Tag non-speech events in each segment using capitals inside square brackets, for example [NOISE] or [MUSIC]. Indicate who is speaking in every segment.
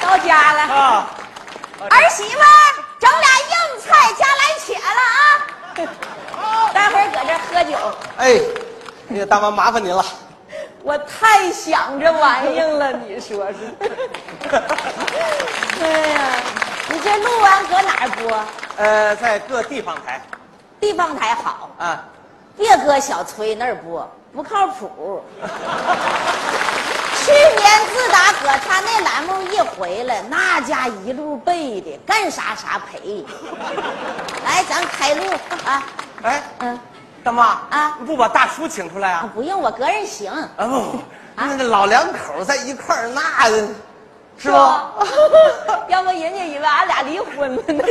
Speaker 1: 到家了，
Speaker 2: [LAUGHS] 啊，
Speaker 1: 儿媳妇儿整俩硬菜加来且了啊！待会儿搁这喝酒，
Speaker 2: 哎，那个大妈麻烦您了。
Speaker 1: 我太想这玩意儿了，你说是？哎呀，你这录完搁哪儿播？
Speaker 2: 呃，在各地方台
Speaker 1: 地方台好，
Speaker 2: 啊，
Speaker 1: 别搁小崔那儿播，不靠谱。去年自打搁他那栏目一回来，那家一路背的，干啥啥赔。来，咱开路啊！
Speaker 2: 哎，
Speaker 1: 嗯
Speaker 2: 大妈
Speaker 1: 啊
Speaker 2: 不把大叔请出来
Speaker 1: 啊
Speaker 2: 啊？，
Speaker 1: 不用，我个人行，
Speaker 2: 啊不不，那老两口在一块儿，那是
Speaker 1: 吧
Speaker 2: 吧？？
Speaker 1: [LAUGHS] 要不人家以为俺俩离婚了呢，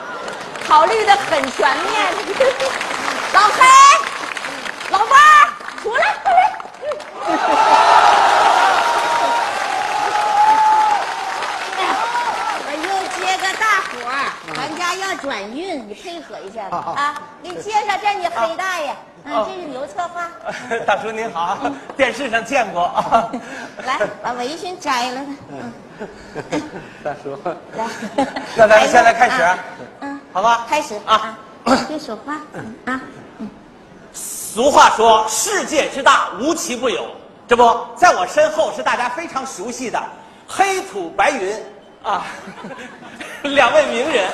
Speaker 1: [LAUGHS] 考虑的很全面。老黑，老八，出来，快 [LAUGHS] 来！我又哎接个大活儿，咱家要转运，你配合一下子
Speaker 2: 啊啊
Speaker 1: 啊！给介绍，这你黑大爷，嗯，这是牛策划。
Speaker 2: 大叔您好，电视上见过啊。
Speaker 1: 来，把围裙摘了吧。
Speaker 2: 大叔，
Speaker 1: [LAUGHS] 来，
Speaker 2: 那咱们现在开始
Speaker 1: 啊嗯，
Speaker 2: 好吧？
Speaker 1: 开始
Speaker 2: 啊
Speaker 1: 啊！别说话嗯啊！
Speaker 2: 俗话说，世界之大，无奇不有。这不，在我身后是大家非常熟悉的黑土白云啊，两位名人。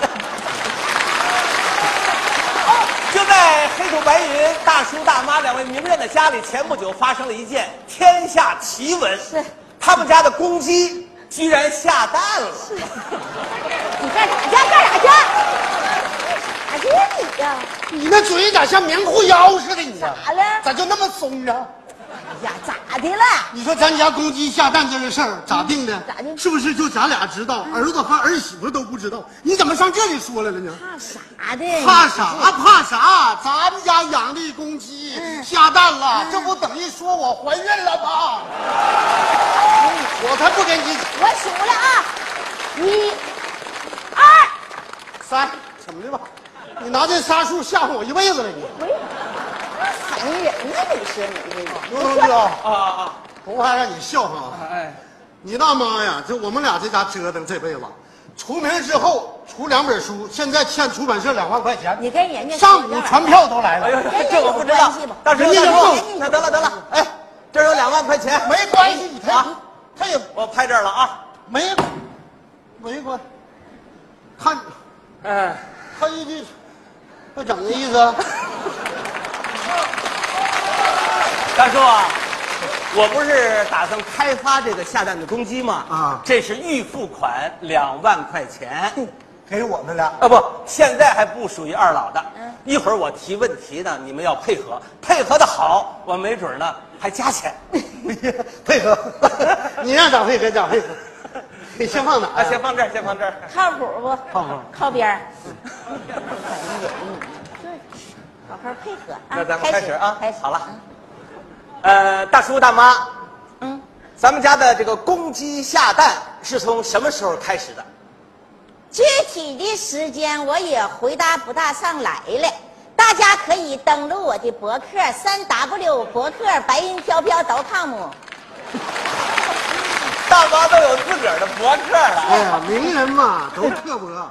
Speaker 2: 就在黑土白云大叔大妈两位名人的家里，前不久发生了一件天下奇闻：
Speaker 1: 是
Speaker 2: 他们家的公鸡居然下蛋了。
Speaker 1: 你干啥去？干啥去？干啥去呀你呀？
Speaker 3: 你那嘴咋像棉裤腰似的？你呀
Speaker 1: 咋了
Speaker 3: 咋就那么松啊？
Speaker 1: 哎呀，咋的了？
Speaker 3: 你说咱家公鸡下蛋这个事儿咋定的？
Speaker 1: 咋的
Speaker 3: 是不是就咱俩知道，儿子和儿媳妇都不知道？你怎么上这里说来了呢？
Speaker 1: 怕啥的？
Speaker 3: 怕啥？怕啥？咱们家养的公鸡
Speaker 1: 嗯
Speaker 3: 下蛋了，这不等于说我怀孕了吗？ [LAUGHS] 我才不跟你
Speaker 1: 我数了啊，一、二，
Speaker 3: 三怎么的吧？你拿这仨数吓唬我一辈子了，你
Speaker 1: 狠人呢？你说你这个
Speaker 3: 刘同志啊，
Speaker 2: 啊啊！
Speaker 3: 红花让你笑话啊！
Speaker 2: 哎，
Speaker 3: 你大妈呀，这我们俩这家折腾这辈子，出名之后出两本书，现在欠出版社两万块钱，
Speaker 1: 你跟人家
Speaker 3: 上午传票都来
Speaker 2: 哎呦
Speaker 3: 了，，
Speaker 2: 这我不知道。大叔，大叔，那得了得了，哎，这儿有两万块钱，
Speaker 3: 没关系，他
Speaker 2: 啊
Speaker 3: 他也
Speaker 2: 我拍这儿了啊。
Speaker 3: 没没关，看
Speaker 2: 嗯，
Speaker 3: 他一句，这怎么的意思啊？
Speaker 2: 大叔啊，我不是打算开发这个下蛋的公鸡吗？
Speaker 3: 啊
Speaker 2: 这是预付款两万块钱。
Speaker 3: 给我
Speaker 2: [LAUGHS]
Speaker 3: 们俩，
Speaker 2: 啊不，现在还不属于二老的。
Speaker 1: 嗯
Speaker 2: 一会儿我提问题呢，你们要配合，配合的好，我没准呢还加 [LAUGHS] 钱。
Speaker 3: 配合，你让咋配合咋配合，你先放哪
Speaker 2: [LAUGHS] 啊，
Speaker 3: 儿
Speaker 2: 先
Speaker 3: 呀？
Speaker 2: 放这儿，先放这儿。
Speaker 1: 靠谱不？
Speaker 3: 靠谱
Speaker 1: 靠边儿。 [LAUGHS] 狠人，对，好好配合啊！
Speaker 2: 那咱们开始啊，
Speaker 1: 开始
Speaker 2: 好了。呃，大叔大妈，
Speaker 1: 嗯，
Speaker 2: 咱们家的这个公鸡下蛋是从什么时候开始的？
Speaker 1: 具体的时间我也回答不大上来了，大家可以登录我的博客三 W 博客白云飘飘 .com。
Speaker 2: 大妈都有自个儿的博客了。
Speaker 3: 哎呀，名人嘛都刻薄。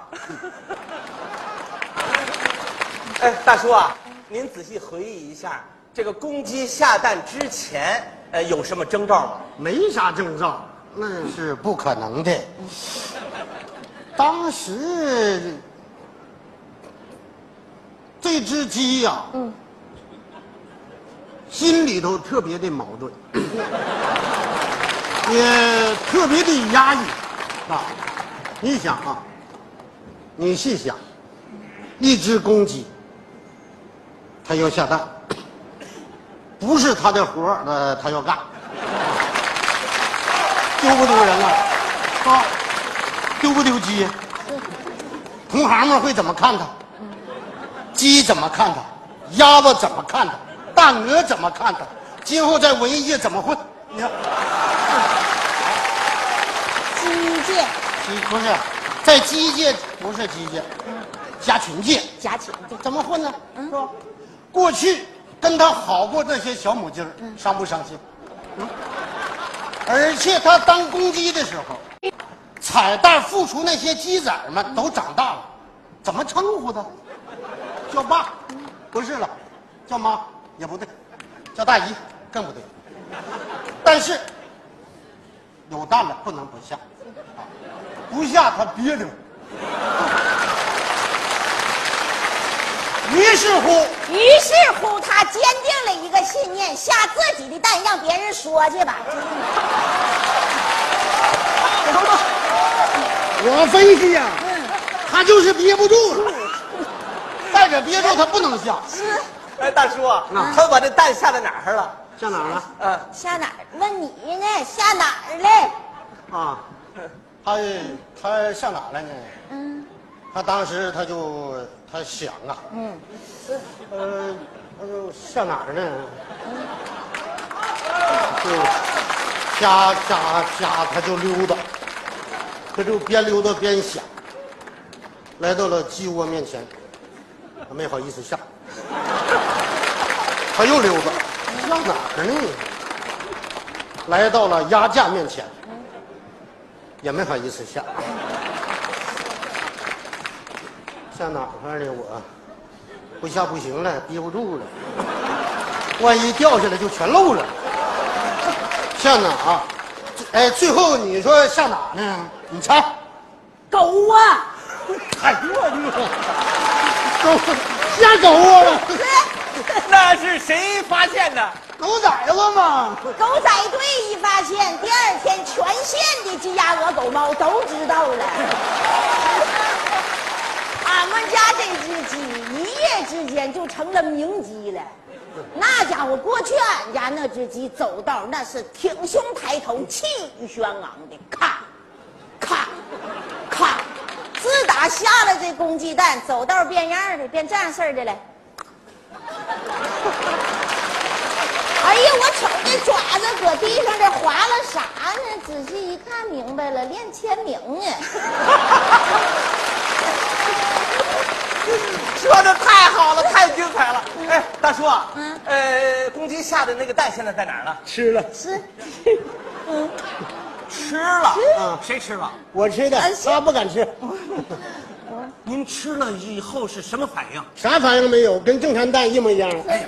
Speaker 2: 哎，大叔啊，您仔细回忆一下，这个公鸡下蛋之前，呃，有什么征兆吗？
Speaker 3: 没啥征兆，那是不可能的。当时这只鸡呀、心里头特别的矛盾，也特别的压抑啊。你想啊，你细想，一只公鸡，它要下蛋，不是它的活儿，那它要干。丢不丢人了？啊，丢不丢鸡？同行们会怎么看他？鸡怎么看他？鸭子怎么看他？大鹅怎么看他？今后在文艺界怎么混？你看，
Speaker 1: 机界
Speaker 3: 鸡不是在鸡界，不是鸡界，家禽界
Speaker 1: 家禽界，
Speaker 3: 怎么混呢？是吧？过去跟他好过那些小母鸡儿，伤不伤心？嗯而且他当公鸡的时候，彩蛋复出那些鸡仔儿们都长大了，怎么称呼他？叫爸，不是了，叫妈也不对，叫大姨更不对。但是有蛋了不能不下，啊不下他憋着。于是乎，
Speaker 1: 于是乎，他坚定了一个信念：下自己的蛋，让别人说去吧。
Speaker 3: 我分析呀、他就是憋不住了。再者，憋住他不能下，
Speaker 2: 哎，大叔啊，他们把这蛋下在哪儿了？
Speaker 3: 下哪儿了？
Speaker 2: 嗯，
Speaker 1: 下哪儿？问你呢？下哪儿嘞？
Speaker 3: 啊，他他上哪了呢？
Speaker 1: 嗯，
Speaker 3: 他当时他就他想啊，嗯，呃，他就上哪儿呢？就瞎瞎瞎，他就溜达，他就边溜达边想，来到了鸡窝面前，他没好意思下，他又溜达，上哪儿呢？来到了鸭架面前，也没好意思下。下哪块儿呢？我不下不行了，憋不住了，万一掉下来就全漏了。下哪儿？最哎，最后你说下哪儿呢？你猜？
Speaker 1: 狗窝、
Speaker 3: 哎呦我的妈！狗下狗窝了，
Speaker 2: 那是谁发现的？
Speaker 3: 狗崽子嘛！
Speaker 1: 狗仔队一发现，第二天全县的鸡鸭鹅狗猫都知道了。 [LAUGHS] 俺们家这只鸡一夜之间就成了名鸡了。那家伙，过去俺家那只鸡走道那是挺胸抬头、气宇轩昂的，咔，咔，咔。自打下了这公鸡蛋，走道变样儿的，变这样式儿的了。哎呀，我瞅这爪子搁地上这划拉啥呢？仔细一看明白了，练签名啊呢。
Speaker 2: [LAUGHS] 说的太好了，太精彩了！哎，大叔啊，
Speaker 1: 嗯
Speaker 2: 呃，公鸡下的那个蛋现在在哪儿呢？
Speaker 3: 吃了，
Speaker 1: 是，
Speaker 2: 吃了，嗯，谁吃了？
Speaker 3: 我吃的啊
Speaker 1: 哎是
Speaker 3: 他不敢吃，
Speaker 2: 您吃了以后是什么反应？
Speaker 3: 啥反应没有，跟正常蛋一模一样。
Speaker 2: 哎，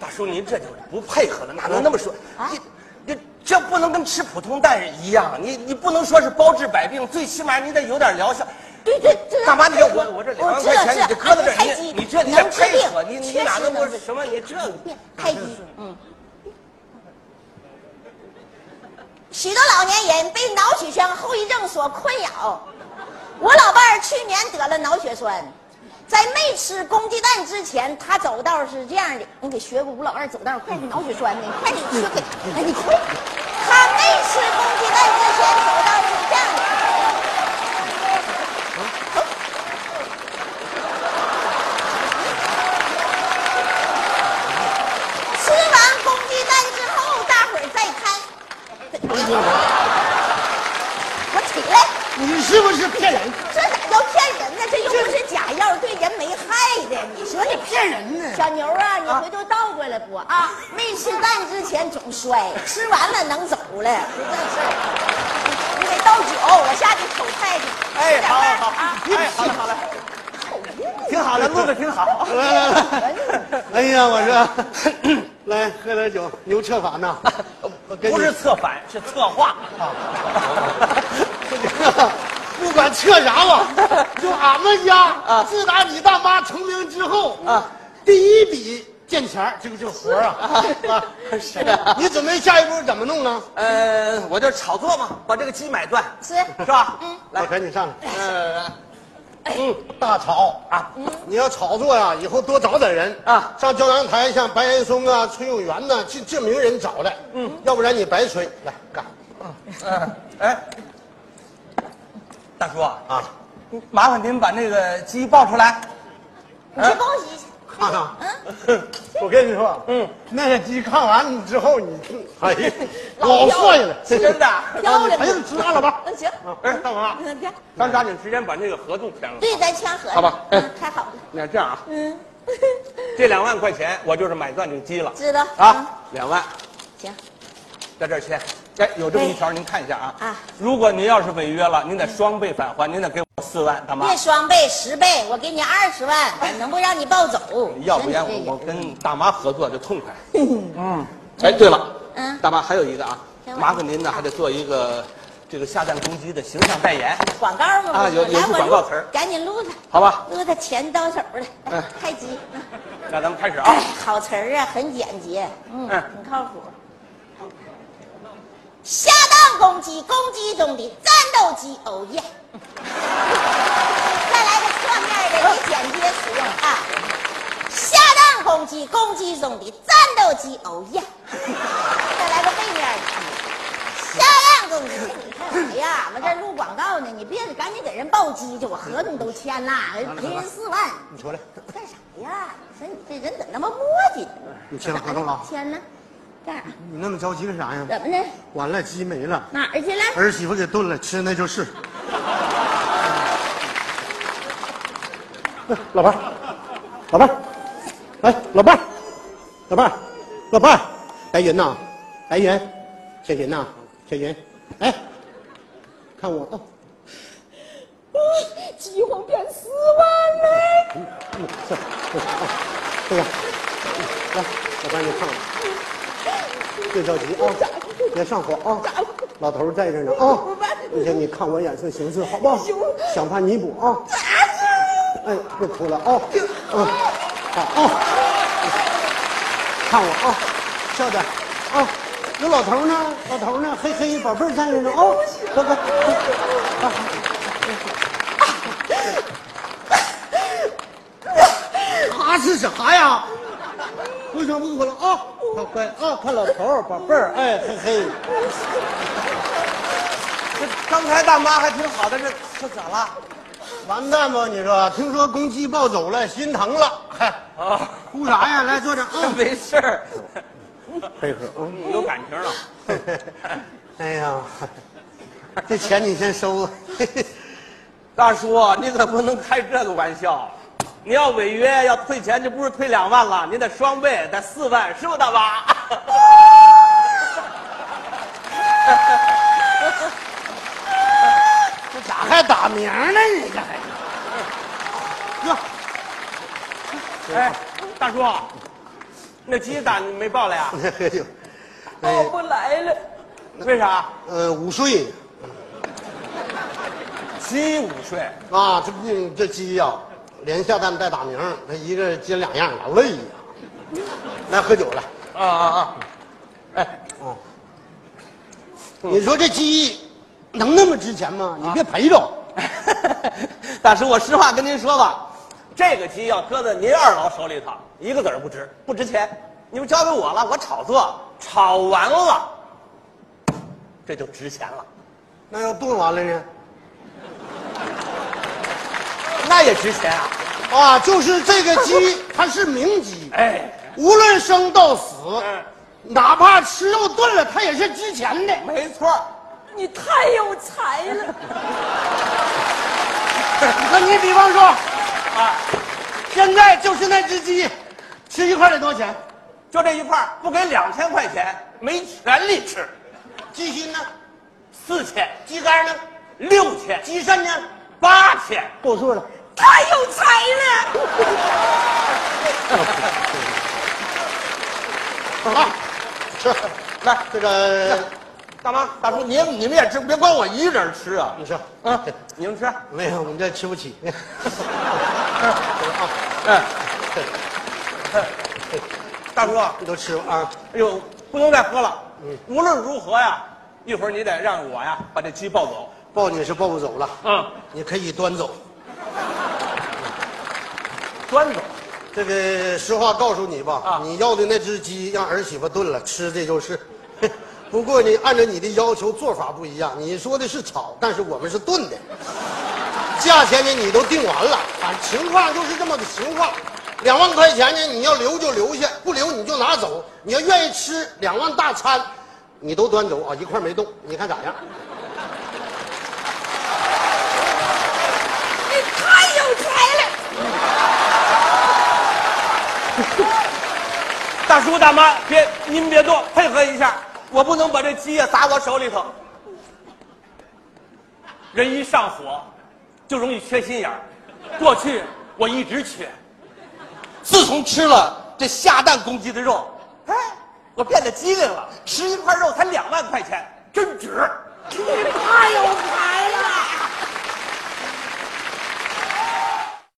Speaker 2: 大叔您这就不配合了，哪能那么说？
Speaker 1: 啊
Speaker 2: 你你这不能跟吃普通蛋一样，你你不能说是包治百病，最起码你得有点疗效。
Speaker 1: 对对对。啊
Speaker 2: 干嘛你要我我这两万块钱你就搁在这
Speaker 1: 哎太
Speaker 2: 儿，
Speaker 1: 鸡
Speaker 2: 你你这你得
Speaker 1: 能治
Speaker 2: 配
Speaker 1: 病
Speaker 2: 合，你你
Speaker 1: 确
Speaker 2: 哪
Speaker 1: 实
Speaker 2: 能
Speaker 1: 能
Speaker 2: 不
Speaker 1: 治
Speaker 2: 什么？你这
Speaker 1: 病太鸡，嗯。许多老年人被脑血栓后遗症所困扰。我老伴儿去年得了脑血栓，在没吃公鸡蛋之前，他走道是这样的。你给学个我老伴儿走道，快点脑血栓呢，快点学给，哎你快。他没吃公鸡蛋之前走道是这样的。吃完公鸡蛋之后，大伙儿再看。我起来，
Speaker 3: 你是不是骗人？
Speaker 1: 这咋叫骗人呢？这又不是假药，对人没害的。你说这骗人呢？小牛啊，你回头倒过来不啊？没吃蛋之前总摔，吃完了能走了，就这事儿。你得倒酒，我下去瞅菜去。
Speaker 2: 哎，好好
Speaker 1: 啊
Speaker 2: 好，哎，好了好了，
Speaker 1: 瞅
Speaker 2: 挺好的，录的挺
Speaker 1: [LAUGHS]
Speaker 2: 好。
Speaker 3: 来来来，哎呀，我说，来喝点酒，牛撤法呢？我跟你
Speaker 2: 不是策反，是策划。
Speaker 1: 啊
Speaker 3: 不管撤啥吧，就俺们家自打你大妈成名之后
Speaker 2: 啊
Speaker 3: 第一笔见钱儿，这个这个活儿啊，啊，
Speaker 2: 是啊
Speaker 3: 你准备下一步怎么弄呢？
Speaker 2: 呃，我就炒作嘛，把这个鸡买断，
Speaker 1: 是
Speaker 2: 是吧？
Speaker 1: 嗯
Speaker 3: 老陈，你上来。
Speaker 2: 呃，
Speaker 3: 嗯，大炒啊！你要炒作呀、以后多找点人
Speaker 2: 啊
Speaker 3: 上中央台，像白岩松啊、崔永元呐、这这名人找来。嗯，要不然你白吹。来干
Speaker 2: 嗯，哎，大叔啊，
Speaker 3: 啊！
Speaker 2: 麻烦您把那个鸡抱出来。
Speaker 1: 你去报喜去。
Speaker 3: 看看，我跟你说，嗯，那个鸡看完你之后，你哎呀，老帅了，
Speaker 2: 是真的。
Speaker 1: 漂亮
Speaker 3: 哎呀，吃辣了吧？
Speaker 1: 嗯嗯，行，
Speaker 2: 哎
Speaker 3: 哎，大王，
Speaker 1: 嗯，别，
Speaker 2: 咱抓紧时间把那个合同签了。
Speaker 1: 对，咱签合同。
Speaker 2: 好吧哎
Speaker 1: 嗯，太好了。
Speaker 2: 那这样啊，
Speaker 1: 嗯，
Speaker 2: 这两万块钱我就是买断这个鸡了
Speaker 1: 知道。
Speaker 2: 啊，两万
Speaker 1: 嗯行，
Speaker 2: 在这儿签。哎，有这么一条，您看一下啊。嗯
Speaker 1: 啊
Speaker 2: 如果您要是违约了，您得双倍返还，您得给我四万，大妈
Speaker 1: 别。双倍十倍，我给你二十万，能不让你抱走？
Speaker 2: 要不然
Speaker 1: 真是这
Speaker 2: 我我
Speaker 1: 样
Speaker 2: 跟大妈合作就痛快。嗯。哎，对了，
Speaker 1: 嗯
Speaker 2: 大妈还有一个啊
Speaker 1: 行，吧
Speaker 2: 麻烦您呢还得做一个这个下蛋公鸡的形象代言，
Speaker 1: 广告吗？
Speaker 2: 啊有有
Speaker 1: 来
Speaker 2: 句
Speaker 1: 我
Speaker 2: 广
Speaker 1: 录
Speaker 2: 告词儿
Speaker 1: 赶紧录它，
Speaker 2: 好吧？
Speaker 1: 录它钱到手了，
Speaker 2: 嗯
Speaker 1: 太急。
Speaker 2: 那咱们开始啊
Speaker 1: 哎，，好词儿啊，很简洁，嗯，
Speaker 2: 嗯
Speaker 1: 很靠谱。下蛋公鸡，公鸡中的战斗机，哦耶！再来个侧面的，也简洁实用啊。下蛋公鸡，公鸡中的战斗机，哦耶！再来个背面的。下蛋公鸡，哎你看我呀，我这录广告呢，你别赶紧给人报机去，我合同都签了，哎赔人四万。
Speaker 3: 你出来，
Speaker 1: 干啥呀？说你这人怎么那么磨叽呢？
Speaker 3: 你签了合同了
Speaker 1: 签了，干啥？
Speaker 3: 你那么着急干啥呀？
Speaker 1: 怎么的？
Speaker 3: 完了，鸡没了，
Speaker 1: 哪儿去了？
Speaker 3: 儿媳妇给炖了，吃那就是。嗯老伴儿，老伴儿，哎，老伴儿，老伴儿，老伴儿，白云呐，白云，小云呐，小云，哎，看我啊，
Speaker 1: 饥荒变四万了！
Speaker 3: 嗯是，是啊这个，来，老伴儿你看我，别着急啊，别上火啊，
Speaker 1: 哎
Speaker 3: 老头儿在这儿呢啊，你看你看我眼色行事好不好？想法弥补啊，哎，别哭了啊，嗯，好啊，看我啊，笑点儿啊，那老头儿呢？老头儿呢？嘿嘿，宝贝儿在这儿呢啊，快快快！他是啥呀？为啥不哭了啊？好乖啊，看老头儿，宝贝儿，哎嘿嘿，
Speaker 2: 这刚才大妈还挺好的，这这咋了？
Speaker 3: 完蛋吧你说？听说公鸡抱走了，心疼了，嗨，
Speaker 2: 啊， [LAUGHS]
Speaker 3: 哭啥呀？来坐这啊，
Speaker 2: 没事儿，
Speaker 3: 配合啊。
Speaker 2: 有感情了。
Speaker 3: 哎呀， [LAUGHS] 这钱你先收啊。 [LAUGHS]
Speaker 2: 大叔，啊你可不能开这个玩笑，你要违约要退钱，就不是退两万了，你得双倍，得四万，是不是大妈？
Speaker 3: 这咋还打鸣呢？你这还？ [LAUGHS] 哥，
Speaker 2: [LAUGHS] 哎，大叔，那鸡蛋你没抱 [LAUGHS] 来呀？
Speaker 3: 哎呦，
Speaker 2: 抱不来了，为啥？
Speaker 3: 呃，午睡
Speaker 2: 鸡午睡，
Speaker 3: 啊，这不这鸡呀、连下蛋带打鸣，它一个接两样，老累呀、来喝酒来。
Speaker 2: 啊啊啊！哎，
Speaker 3: 啊，你说这鸡能那么值钱吗？你别赔着。
Speaker 2: [LAUGHS] 大叔，我实话跟您说吧，这个鸡要搁在您二老手里头，一个子儿不值，不值钱。你们交给我了，我炒作，炒完了，这就值钱了，
Speaker 3: 那要炖完了呢？
Speaker 2: 那也值钱啊！
Speaker 3: 啊，就是这个鸡，它是名 [LAUGHS] 鸡，
Speaker 2: 哎，
Speaker 3: 无论生到死，
Speaker 2: 嗯
Speaker 3: 哪怕吃肉炖了，它也是值钱的。
Speaker 2: 没错儿，
Speaker 1: 你太有才了！
Speaker 3: 那你比方说，
Speaker 2: 啊，
Speaker 3: 现在就是那只鸡，吃一块得多少钱？
Speaker 2: 就这一块儿不给两千块钱，没权利吃，
Speaker 3: 鸡心呢？
Speaker 2: 四千、
Speaker 3: 鸡肝呢？
Speaker 2: 六千、
Speaker 3: 鸡肾呢？
Speaker 2: 八千，
Speaker 3: 够数 [LAUGHS] 了。
Speaker 1: 太有才了！
Speaker 3: 啊，吃，来这个，
Speaker 2: 大妈、大叔，你你们也吃，别光我一人吃啊！
Speaker 3: 你吃，
Speaker 2: 啊，你们吃，
Speaker 3: 没有，我们这吃不起。 [LAUGHS] 啊
Speaker 2: 哎，大叔，
Speaker 3: 你都吃吧啊。
Speaker 2: 哎呦，不能再喝了。无论如何呀，一会儿你得让我呀把这鸡抱走。
Speaker 3: 抱你是抱不走了，
Speaker 2: 嗯，
Speaker 3: 你可以端走。
Speaker 2: 端走。
Speaker 3: 这个实话告诉你吧，
Speaker 2: 啊
Speaker 3: 你要的那只鸡让儿媳妇炖了，吃这就是。 [LAUGHS] 不过呢，按照你的要求做法不一样，你说的是炒，但是我们是炖的。价钱呢，你都定完了，反正情况就是这么个情况。两万块钱呢，你要留就留下，不留你就拿走。你要愿意吃两万大餐，你都端走啊，一块没动，你看咋样？
Speaker 1: 你哎太有才了！
Speaker 2: 大叔大妈，别您别动，配合一下。我不能把这鸡呀、砸我手里头。人一上火，就容易缺心眼儿。过去我一直缺，自从吃了这下蛋公鸡的肉，哎，我变得机灵了。吃一块肉才两万块钱，真值。